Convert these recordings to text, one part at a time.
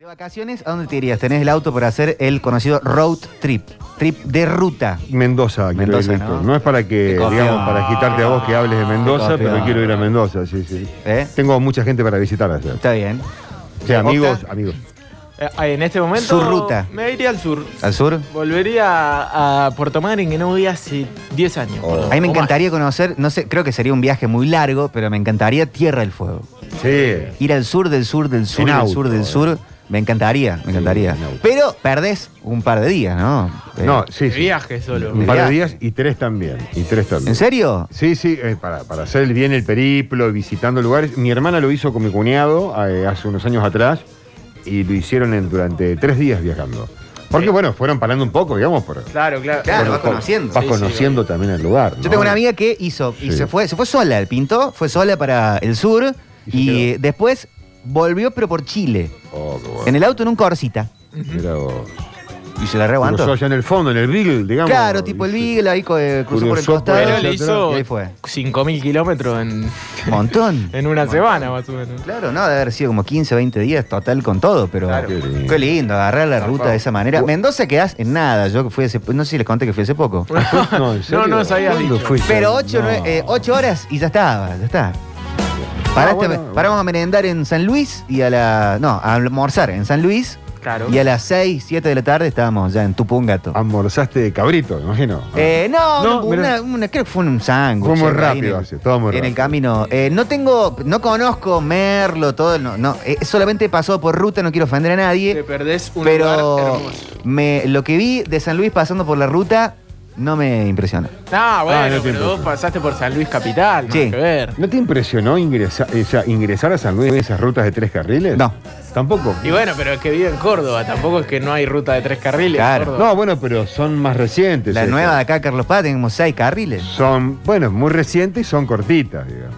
De vacaciones, ¿a dónde te irías? Tenés el auto para hacer el conocido road trip, trip de ruta. Mendoza, quiero Mendoza, ir, ¿no? ¿no? es para que, Qué digamos, confiado. para agitarte a vos que hables de Mendoza, confiado. pero quiero ir a Mendoza, sí, sí. ¿Eh? Tengo mucha gente para visitar allá. Está bien. O sea, amigos, ¿Octa? amigos. Eh, En este momento. Su ruta. Me iría al sur. ¿Al sur? Volvería a, a Puerto Madryn, que no voy hace 10 años. Oh. A mí me encantaría conocer, no sé, creo que sería un viaje muy largo, pero me encantaría Tierra del Fuego. Sí. Ir al sur del sur del sur En del auto, sur del eh. sur, me encantaría, me encantaría. en auto. Pero perdés un par de días, ¿no? Eh, No, sí, De sí. viaje solo. Un par de Mirá. días y tres también. Y tres ¿En también. serio? Sí, sí, eh, para, para hacer bien el periplo, visitando lugares. Mi hermana lo hizo con mi cuñado eh, hace unos años atrás y lo hicieron en- durante tres días viajando. Porque, Sí. bueno, fueron parando un poco, digamos, por, Claro, claro. Claro, por- vas por- conociendo. Vas Sí, sí, conociendo también el lugar. Yo ¿no? tengo una amiga que hizo, y Sí. se fue, se fue sola, pintó, fue sola para el sur Y se y, quedó. eh, después volvió, pero por Chile. Oh, qué bueno. En el auto en un corsita. Mirá vos. Y se la reguantó. Cruzó allá en el fondo, en el Beagle, digamos. Claro, tipo el Beagle, ahí co- eh, cruzó por el Cruzó por costado. Pero Claro, le hizo Y ahí fue. 5.000 kilómetros en, Montón. en una semana, más o menos. Claro, no, debe haber sido como 15, 20 días total con todo, pero Claro. qué lindo. Qué lindo, agarrar la ruta de esa manera. Mendoza quedás en nada, yo que fui hace, no sé si les conté que fui hace poco. No, ¿en serio? No, no, sabía ¿Cuándo dicho. fuiste? Pero eh, 8 horas y ya estaba, ya está. Paraste, Ah, bueno, bueno. Paramos a merendar en San Luis y a la. No, a almorzar en San Luis Claro. y a las 6, 7 de la tarde estábamos ya en Tupungato. Amorzaste de cabrito, me imagino. Eh, no, Ah. No, una- mirá. una, una- creo que fue un sándwich. eh, Fue muy ahí en rápido, el- así, todo muy En el rápido. camino. Eh, no tengo, no conozco Merlo, todo, no, no, eh, solamente he pasado por ruta, no quiero ofender a Te nadie, perdés un lugar pero hermoso. me, lo que vi de San Luis pasando por la ruta no me impresiona. Ah, bueno, Ah, no te pero vos importa. pasaste por San Luis Capital, no Sí. hay que ver. ¿No te impresionó ingresar, o sea, ingresar a San Luis en esas rutas de tres carriles? No. ¿Tampoco? Y bueno, pero es que vive en Córdoba, tampoco es que no hay ruta de tres carriles. en Claro. Córdoba. No, bueno, pero son más recientes. La estas. nueva de acá, Carlos Paz, tenemos seis carriles. Son, bueno, muy recientes y son cortitas, digamos.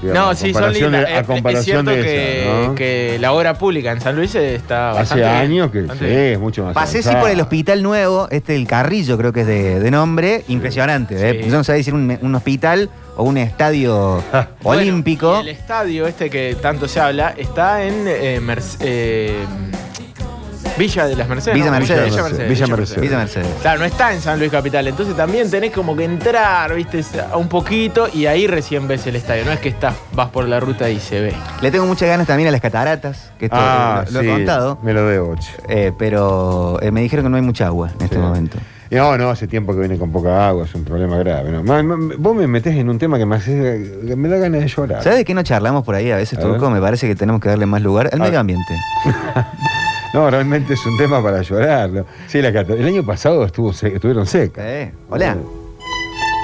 Digamos, No, a sí, son comparación lindas. de- Es- A es comparación cierto de que, esa, ¿no? que la obra pública en San Luis está Hace bastante bien, años que sí, bastante bien. es mucho más Pasé sí avanzada. por el hospital nuevo, este el Carrillo creo que es de, de nombre, impresionante. ¿eh? Sí. Yo no sabía decir un, un hospital o un estadio Bueno, olímpico. y el estadio este que tanto se habla está en eh, Merce- eh, Villa de las Mercedes. Villa ¿no? Mercedes. Villa Mercedes. Villa Villa Mercedes. Villa Mercedes. Claro, no está en San Luis Capital, entonces también tenés como que entrar, viste, a un poquito y ahí recién ves el estadio. No es que estás, vas por la ruta y se ve. Le tengo muchas ganas también a las cataratas, que esto Ah, eh, lo, lo sí, he contado, Me lo debo, che. eh, pero eh, me dijeron que no hay mucha agua en este Sí. momento. No, no, hace tiempo que viene con poca agua, es un problema grave. ¿no? Ma- ma- vos me metés en un tema que me, hace- que me da ganas de llorar. ¿Sabes de qué no charlamos por ahí a veces, A ver. Turco? Me parece que tenemos que darle más lugar al A medio ver. ambiente. No, realmente es un tema para llorar. ¿no? Sí, la cata- el año pasado estuvo se- estuvieron secas. Eh, Hola.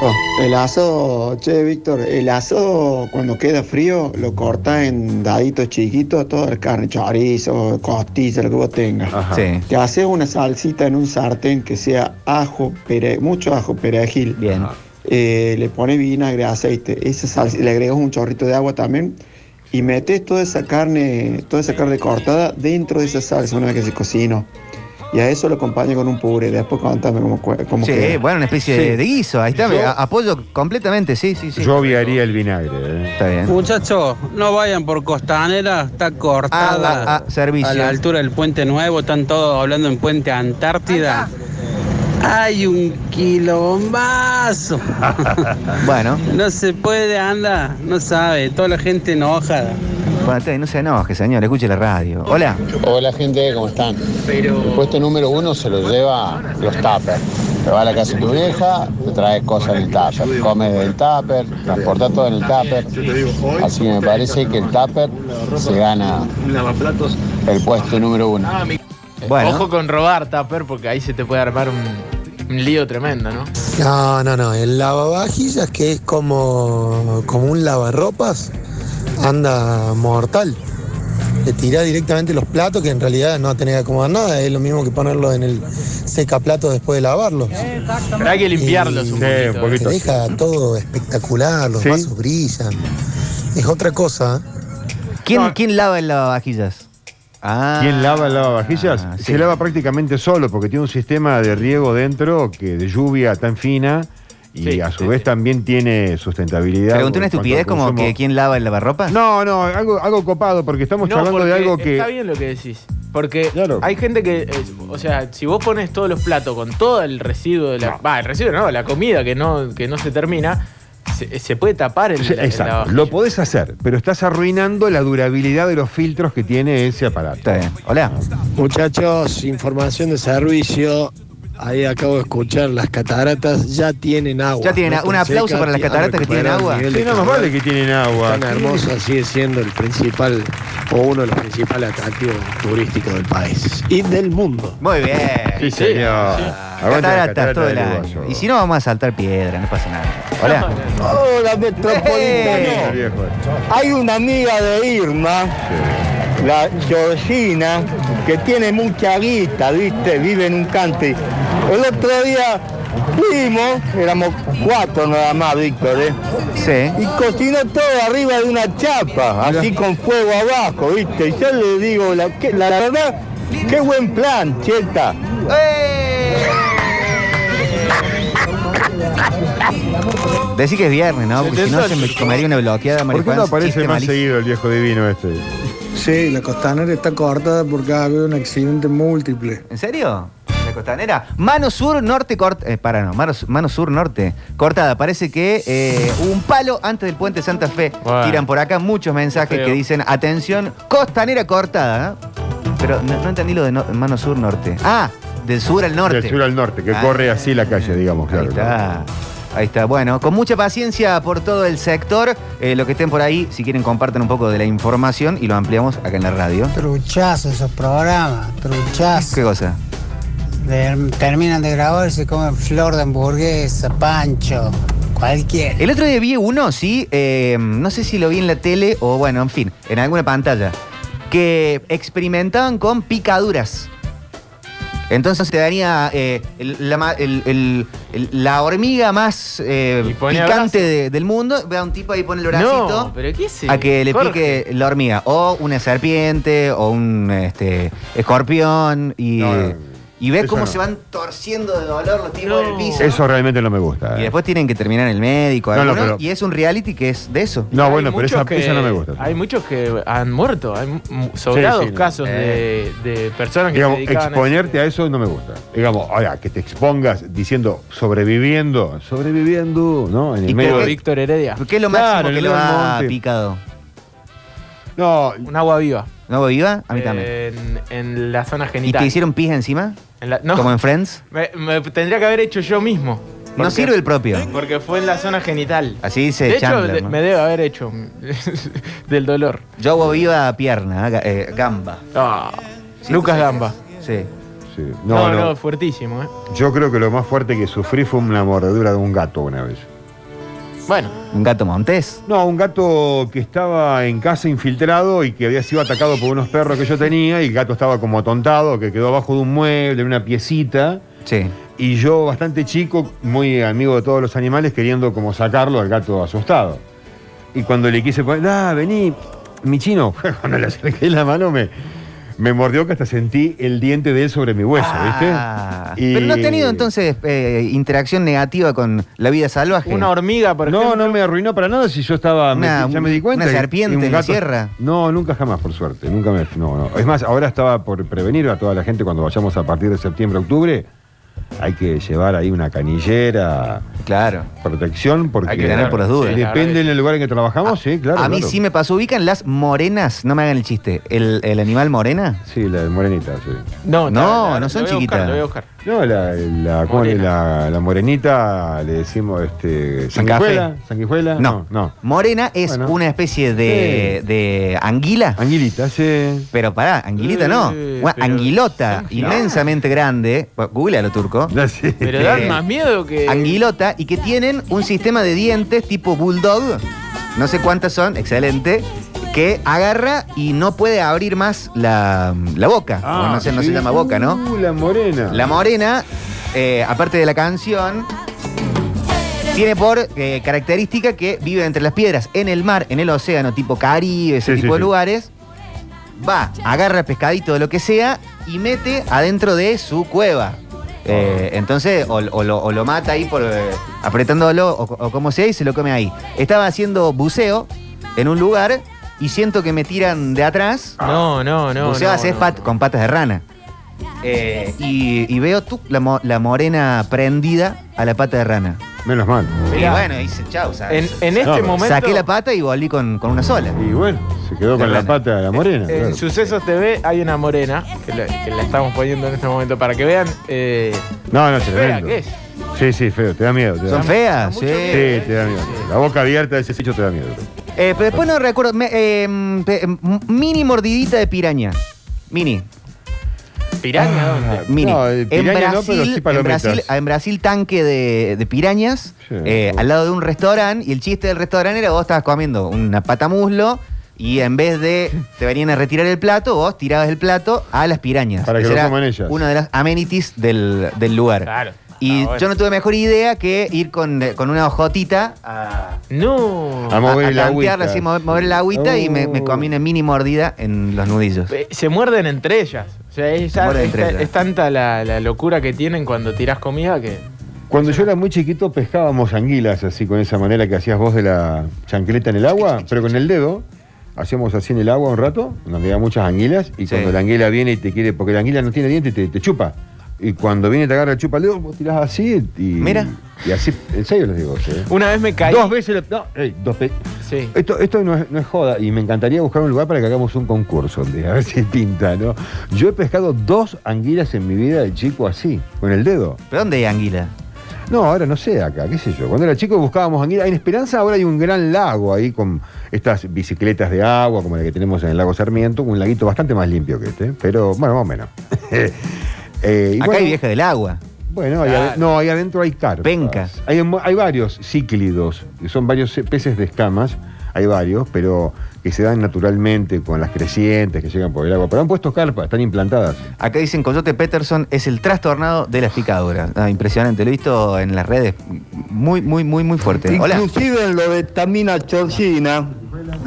Oh, El asado, che, Víctor, el asado cuando queda frío lo corta en daditos chiquitos, toda la carne, chorizo, costilla, lo que vos tengas. Ajá. Sí, Te haces una salsita en un sartén que sea ajo, pere, mucho ajo, perejil. bien. Eh, le pones vinagre, aceite, esa salsa, le agregas un chorrito de agua también y metes toda esa carne, toda esa carne cortada dentro de esa salsa una vez que se cocinó. Y a eso lo acompaña con un puré. Después contame cómo, cue- cómo Sí, queda. bueno, una especie de- Sí. de guiso. Ahí está, me- Yo- a- apoyo completamente, sí, sí, sí. Yo obviaría el vinagre. ¿eh? Está bien. Muchachos, no vayan por Costanera, está cortada. Ah, ah, ah, servicio. A la altura del Puente Nuevo, están todos hablando en Puente Antártida. Hay un quilombazo. Bueno, no se puede andar, no sabe, toda la gente enojada. bueno, está bien, no se enoje, señor, escuche la radio. Hola. Hola gente, ¿cómo están? El puesto número uno se lo lleva los tuppers. Te vas a la casa de tu vieja, te traes cosas en el tupper, comes del tupper, transportas todo en el tupper. Así que me parece que el tupper se gana el puesto número uno. Bueno. Ojo con robar, Tupper, porque ahí se te puede armar un, un lío tremendo, ¿no? No, no, no. El lavavajillas, que es como, como un lavarropas, anda mortal. Le tirás directamente los platos, que en realidad no tenés que acomodar nada. Es lo mismo que ponerlo en el secaplato después de lavarlos. Pero hay que limpiarlos un Sí, poquito. un poquito. Te deja todo espectacular, los Sí. vasos brillan. Es otra cosa. ¿eh? ¿Quién, No. ¿Quién lava el lavavajillas? Ah, ¿Quién lava el lavavajillas? Ah, sí. Se lava prácticamente solo porque tiene un sistema de riego dentro que de lluvia tan fina y Sí, a su sí, vez sí. también tiene sustentabilidad. Pregunté una en cuanto estupidez al como consumo. que quién lava el lavarropa. No, no, algo, algo copado porque estamos No, charlando de porque algo Está que bien lo que decís. Porque Claro. hay gente que, eh, o sea, si vos pones todos los platos con todo el residuo de la. Va, el residuo no, la comida que no, que no se termina, se, se puede tapar el. Sí, la- el Exacto, lavavajillas. lo podés hacer, pero estás arruinando la durabilidad de los filtros que tiene ese aparato. Está bien. Hola. Muchachos, información de servicio. Ahí acabo de escuchar, las cataratas ya tienen agua. Ya tienen a- un están aplauso secas, para las han cataratas que tienen recuperado agua. el nivel Sí, de no más calidad. vale que tienen agua. Tan hermosa sigue siendo el principal o uno de los principales atractivos turísticos del país y del mundo. Muy bien. Ah, Sí, Sí, señor. sí. Aguante la Cataratas todo catarata el del año. Uruguayo. Y si no, vamos a saltar piedra, no pasa nada. Hola. Hola, Metropolitano. Viejo. Hay una amiga de Irma, la Georgina, que tiene mucha guita, ¿viste? Vive en un country. El otro día fuimos, éramos cuatro nada más, Víctor, ¿eh? Sí. Y cocinó todo arriba de una chapa, así con fuego abajo, ¿viste? Y yo le digo, la, que- la verdad, qué buen plan, cheta. Decí que es viernes, ¿no? Porque si no se me comería una bloqueada ¿Por qué marihuana. no aparece más seguido el viejo divino este? Sí, la costanera está cortada porque ha habido un accidente múltiple. ¿En serio? La costanera. Mano sur norte corta. para no, mano, su- mano sur norte cortada. Parece que eh, hubo un palo antes del puente Santa Fe. Bueno. Tiran por acá muchos mensajes Feo. que dicen, atención, costanera cortada. ¿eh? Pero no, no entendí lo de no- mano sur norte. Ah, del sur al norte. Del sur al norte, que Ah. corre así la calle, digamos, Ahí claro. ¿no? está. Ahí está. Bueno, con mucha paciencia por todo el sector. Eh, los que estén por ahí, si quieren, compartan un poco de la información y lo ampliamos acá en la radio. Truchazo esos programas, ¿Qué truchazo. cosa? De- terminan de grabar y se comen flor de hamburguesa, pancho, cualquier. El otro día vi uno, sí, eh, no sé si lo vi en la tele o bueno, en fin, en alguna pantalla, que experimentaban con picaduras. Entonces te daría eh, el- la, ma- el- el- el- la hormiga más eh, Y ponía picante brazo. de- del mundo. Ve a un tipo ahí pone el bracito. No, pero ¿qué es eso? a que le Jorge. pique la hormiga o una serpiente o un este, escorpión y, No, y ves eso cómo no. se van torciendo de dolor los tipos No. del piso. Eso realmente no me gusta. Y eh. después tienen que terminar en el médico. No, no, alguno, pero- y es un reality que es de eso. No, Hay bueno, pero muchos esa, que- esa no me gusta. Hay muchos que han muerto, hay mu- sobrados sí, no. casos Eh. de, de personas que Digamos, se dedicaban a exponerte a eso no me gusta. Digamos, ahora, que te expongas diciendo sobreviviendo, sobreviviendo, ¿no? En el Y medio creo Pero que- de- Víctor Heredia, Porque es lo Claro, máximo que el lo ha monte. picado. No, un agua viva. ¿No viva? A mí también. En, Eh, en la zona ¿Y genital. te hicieron pis encima? En la- no, Como en Friends. me, me tendría que haber hecho yo mismo. No Porque- sirve el propio. Porque fue en la zona genital. Así dice de hecho, Chandler, de- ¿no? me debe haber hecho del dolor. Yo hago viva pierna, ga- eh, gamba. Ah, Lucas Gamba. Sí. sí, No, no, no, no. fuertísimo, ¿eh? Yo creo que lo más fuerte que sufrí fue una mordedura de un gato una vez. Bueno, Un gato montés. No, un gato que estaba en casa infiltrado y que había sido atacado por unos perros que yo tenía y el gato estaba como atontado, que quedó abajo de un mueble, en una piecita. Sí. Y yo, bastante chico, muy amigo de todos los animales, queriendo como sacarlo al gato asustado. Y cuando le quise poner, ah, vení, mi chino, cuando le acerqué la mano me, me mordió que hasta sentí el diente de él sobre mi hueso, Ah. Pues ¿viste? Y- Pero no has tenido entonces eh, interacción negativa con la vida salvaje. una hormiga, por No, ejemplo. no me arruinó para nada si yo estaba. me- Una- ya me di cuenta. una que- serpiente y en la sierra. No, nunca jamás, por suerte. Nunca me. No, no. Es más, ahora estaba por prevenir a toda la gente cuando vayamos a partir de septiembre, octubre. Hay que llevar ahí una canillera, Claro. protección, porque. Hay que tener por las dudas. Sí, la verdad Depende que en el lugar en que trabajamos, sí, claro. a mí claro. sí me pasó. Ubican las morenas. No me hagan el chiste. ¿El, el animal morena? Sí, la de morenita, sí. No, No, no lo son voy a buscar, chiquitas. Lo voy a buscar. No, la, la, ¿cómo le- la- la morenita le decimos este. Sanguijuela. ¿Sanguijuela? No. no. Morena es Bueno. una especie de, de anguila. Anguilita, sí. Pero pará, anguilita no. Eh, Una pero- anguilota inmensamente grande. Bueno, Google a lo turco. Ya sé. Ah, Pero Eh, dan más miedo que. Anguilota y que tienen un sistema de dientes tipo bulldog. No sé cuántas son, excelente. Que agarra y no puede abrir más la, la boca. O no, sé, no se sí. llama boca, ¿no? Uh, la morena. La Morena, eh, aparte de la canción, tiene por eh, característica que vive entre las piedras, en el mar, en el océano, tipo Caribe, ese Sí, sí, tipo de sí. lugares. Va, agarra pescadito de lo que sea y mete adentro de su cueva. Eh, entonces, o, o lo, o lo mata ahí por eh, apretándolo o, o como sea y se lo come ahí. Estaba haciendo buceo en un lugar y siento que me tiran de atrás. No, no, no. Buceabas no, es no. pat- con patas de rana. Eh, y, y veo tú la, mo- la morena prendida a la pata de rana. Menos mal. Mirá. Y bueno, dice, chau, ¿sabes? En, en este No, momento. Saqué la pata y volví con, con una sola. Y bueno, se quedó con la Terrana. pata de la morena. Eh, En claro. Sucesos TV hay una morena que, la- que la estamos poniendo en este momento para que vean. eh, No, no, fea tremendo. que es. Sí, sí, feo, te da miedo. Te da ¿Son miedo. feas? mucho Sí. Sí, miedo. te da miedo. La boca abierta de ese sitio te da miedo. Eh, pero después no recuerdo. me- eh, pe- mini mordidita de piraña. Mini. Piraña, Ah. ¿dónde? Mini. No, eh, en, piraña Brasil, no, pero sí en, palomitas. Brasil, ah, en Brasil, tanque de, de pirañas Sí. eh, al lado de un restaurante. Y el chiste del restaurante era vos estabas comiendo una pata muslo. Y en vez de te venían a retirar el plato, vos tirabas el plato a las pirañas. Para que Esa lo era coman ellas. Una de las amenities del, del lugar. Claro. Y Ah, bueno. yo no tuve mejor idea que ir con, eh, con una hojotita a, No. A mover la a, a agüita. Oh. tantearla, sí, mover, mover la agüita y me, me comí una mini mordida en los nudillos. Eh, Se muerden entre ellas. O sea, es, Se muerden entre es- ellas. es tanta la, la locura que tienen cuando tirás comida que. Cuando yo era muy chiquito pescábamos anguilas así, con esa manera que hacías vos de la chancleta en el agua, pero con el dedo. Hacíamos así en el agua un rato, donde había muchas anguilas, Sí. y cuando la anguila viene y te quiere, porque la anguila no tiene dientes, te, te chupa. Y cuando viene y te agarra, chupa el dedo, vos tirás así y. Mira. Y así, en serio les digo. o sea, Una vez me caí. Dos veces. le- no, ey, dos pe- Sí. Esto, esto no, es, no es joda, y me encantaría buscar un lugar para que hagamos un concurso, un día, a ver si pinta, ¿no? Yo he pescado dos anguilas en mi vida de chico así, con el dedo. ¿Pero dónde hay anguila? No, ahora no sé acá, qué sé yo. Cuando era chico buscábamos anguila. En Esperanza ahora hay un gran lago ahí con estas bicicletas de agua, como la que tenemos en el lago Sarmiento, un laguito bastante más limpio que este, pero bueno, más o menos. Eh, y Acá bueno, hay vieja del agua. Bueno, ahí Claro. ade- no, ahí adentro hay carpas. Pencas. Hay, mu- hay varios cíclidos, que son varios eh, peces de escamas, hay varios, pero que se dan naturalmente con las crecientes que llegan por el agua. Pero han puesto carpas, están implantadas. Acá dicen Coyote Peterson es el trastornado de las picaduras. Ah, impresionante, lo he visto en las redes. Muy, muy, muy, muy fuerte. Hola. Inclusive en lo de Tamina Chorcina,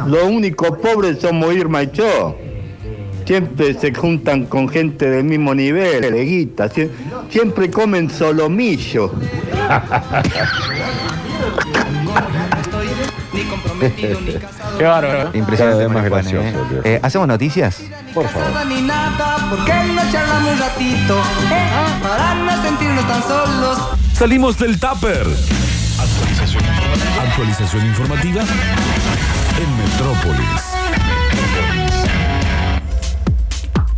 los únicos pobres somos Irma y yo. Siempre se juntan con gente del mismo nivel, de guita, sie- siempre comen solomillo. Qué bárbaro. ¿eh? Impresionante. Cada vez más Marijuana, gracioso, ¿eh? viejo. Eh, ¿Hacemos noticias? Por favor. ni nada, ¿por qué no charlamos un ratito? Eh? Para no sentirnos tan solos. Salimos del tupper. Actualización informativa en Metrópolis.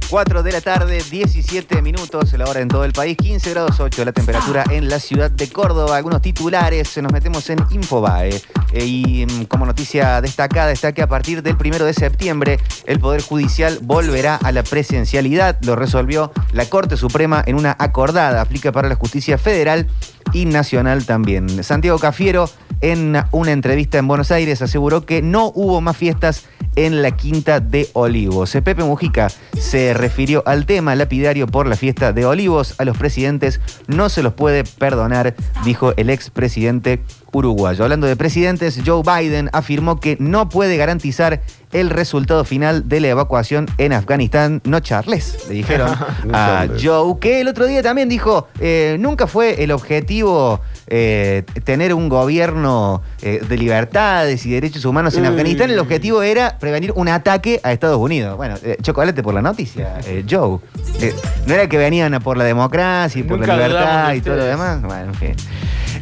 4 de la tarde, 17 minutos, la hora en todo el país, 15 grados 8 la temperatura en la ciudad de Córdoba. Algunos titulares, nos metemos en Infobae. Eh, y mm, como noticia destacada está que a partir del 1 de septiembre el Poder Judicial volverá a la presencialidad. Lo resolvió la Corte Suprema en una acordada. Aplica para la justicia federal y nacional también. Santiago Cafiero, en una entrevista en Buenos Aires, aseguró que no hubo más fiestas en la Quinta de Olivos. Eh, Pepe Mujica se refirió al tema lapidario por la fiesta de Olivos. A los presidentes no se los puede perdonar, dijo el expresidente uruguayo. Hablando de presidentes, Joe Biden afirmó que no puede garantizar el resultado final de la evacuación en Afganistán. No charles, le dijeron a charles. Joe, que el otro día también dijo, eh, nunca fue el objetivo eh, tener un gobierno eh, de libertades y derechos humanos en Afganistán, el objetivo era prevenir un ataque a Estados Unidos. Bueno, eh, chocolate por la noticia, eh, Joe. Eh, no era que venían a por la democracia y por Nunca la dudamos libertad de y todo lo ustedes. demás. Bueno, en fin.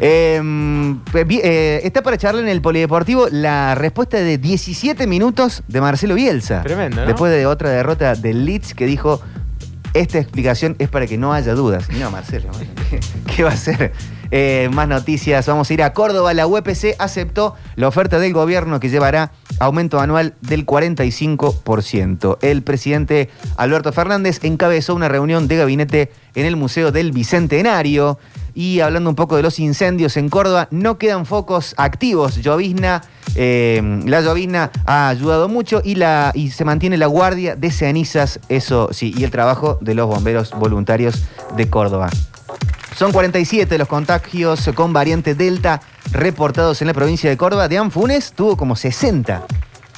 Eh, pe- vi- eh, está para charlar en el Polideportivo la respuesta de 17 minutos de Marcelo Bielsa. Tremendo, ¿no? Después de otra derrota del Leeds que dijo, esta explicación es para que no haya dudas. Y No, Marcelo, bueno, ¿qué, qué va a hacer? Eh, más noticias, vamos a ir a Córdoba. La UPC aceptó la oferta del gobierno que llevará aumento anual del 45%. El presidente Alberto Fernández encabezó una reunión de gabinete en el Museo del Bicentenario. Y hablando un poco de los incendios en Córdoba, no quedan focos activos. Llovizna, eh, la llovizna ha ayudado mucho y, la, y se mantiene la guardia de cenizas, eso sí, y el trabajo de los bomberos voluntarios de Córdoba. Son 47 los contagios con variante Delta reportados en la provincia de Córdoba. De Anfunes tuvo como 60.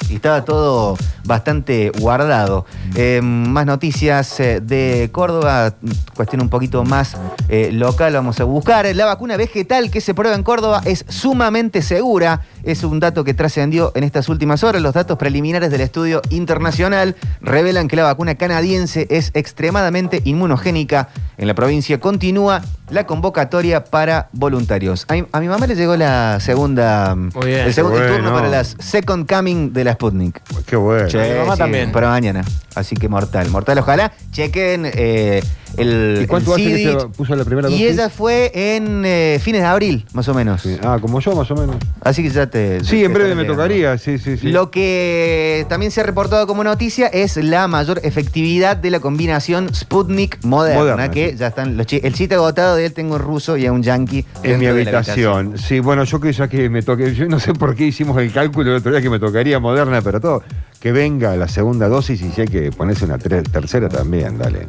Y estaba todo bastante guardado. Eh, más noticias eh, de Córdoba, cuestión un poquito más eh, local, vamos a buscar. La vacuna vegetal que se prueba en Córdoba es sumamente segura es un dato que trascendió en estas últimas horas. Los datos preliminares del estudio internacional revelan que la vacuna canadiense es extremadamente inmunogénica. En la provincia continúa la convocatoria para voluntarios. A mi, a mi mamá le llegó la segunda, Muy bien. el segundo Qué bueno. turno para las Second Coming de la Sputnik. Qué bueno. Che, Mi mamá también. Para mañana. Así que mortal. Mortal, ojalá. Chequen eh, el. ¿Y cuánto el hace que se CIDIC. puso la primera Y dosis? ella fue en eh, fines de abril, más o menos. Sí. Ah, como yo más o menos. Así que ya te. Sí, te- te en breve están me llegando. tocaría, sí, sí, sí. Lo que también se ha reportado como noticia es la mayor efectividad de la combinación Sputnik moderna, Moderna, que sí. ya están los chi- el chiste agotado de él tengo un ruso y a un yankee En mi dentro de la habitación. Sí, bueno, yo que ya que me toque, yo no sé por qué hicimos el cálculo el otro día que me tocaría moderna, pero todo, que venga la segunda dosis y si hay que ponerse una tre- tercera también, dale.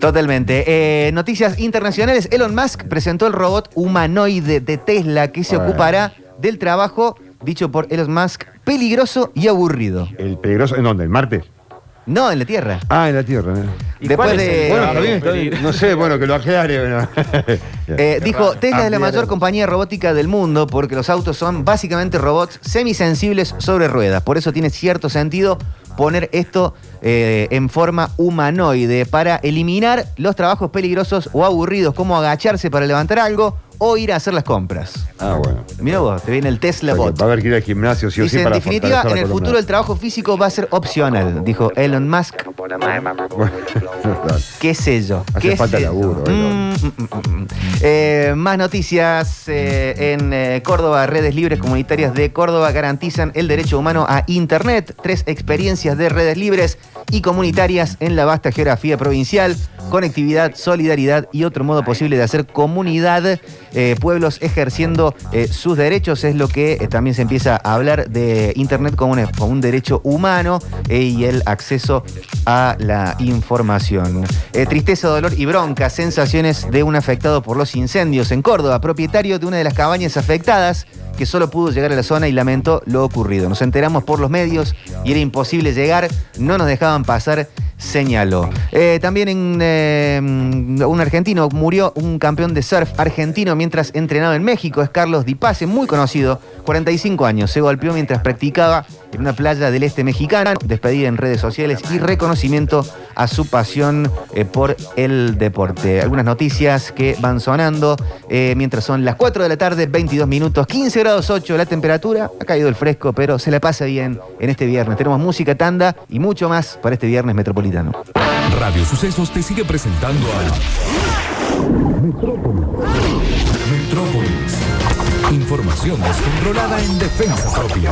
Totalmente. Eh, noticias internacionales. Elon Musk presentó el robot humanoide de Tesla que se Bueno. ocupará del trabajo, dicho por Elon Musk, peligroso y aburrido. El peligroso, ¿en dónde? ¿El martes? No, en la Tierra. Ah, en la Tierra. ¿eh? ¿Y Después cuál es de- el Bueno, trabajo está bien, peligroso? No sé, bueno, que lo aclare. bueno. Eh, dijo, raro. Tesla es la Ah, mayor mira. compañía robótica del mundo porque los autos son básicamente robots semisensibles sobre ruedas. Por eso tiene cierto sentido poner esto eh, en forma humanoide para eliminar los trabajos peligrosos o aburridos como agacharse para levantar algo o ir a hacer las compras. Ah, bueno. Mira vos, te viene el Tesla O sea, que Bot. Va a haber que ir al gimnasio, sí o Dice, sí, en para definitiva, fortalecer en la el columna. futuro el trabajo físico va a ser opcional, dijo Elon Musk. ¿Qué sé yo? Hace ¿Qué falta sé laburo, yo? Elon. Mm, mm, mm, mm. Eh, más noticias eh, en eh, Córdoba. Redes libres comunitarias de Córdoba garantizan el derecho humano a Internet. Tres experiencias de redes libres y comunitarias en la vasta geografía provincial. Conectividad, solidaridad y otro modo posible de hacer comunidad. eh, pueblos ejerciendo eh, sus derechos es lo que eh, también se empieza a hablar de Internet como un, como un derecho humano eh, y el acceso a la información. Eh, tristeza, dolor y bronca, sensaciones de un afectado por los incendios en Córdoba, propietario de una de las cabañas afectadas que solo pudo llegar a la zona y lamentó lo ocurrido. Nos enteramos por los medios y era imposible llegar, no nos dejaban pasar, señaló. Eh, también en, eh, un argentino murió un campeón de surf argentino mientras entrenaba en México, es Carlos Di Pase, muy conocido, 45 años, se golpeó mientras practicaba en una playa del este mexicano, despedida en redes sociales y reconocimiento a su pasión eh, por el deporte. Algunas noticias que van sonando eh, mientras son las 4 de la tarde, 22 minutos, 15 grados 8 la temperatura, ha caído el fresco, pero se la pasa bien en este viernes. Tenemos música, tanda y mucho más para este viernes metropolitano. Radio Sucesos te sigue presentando a Metrópolis. Metrópolis. Información descontrolada en defensa propia.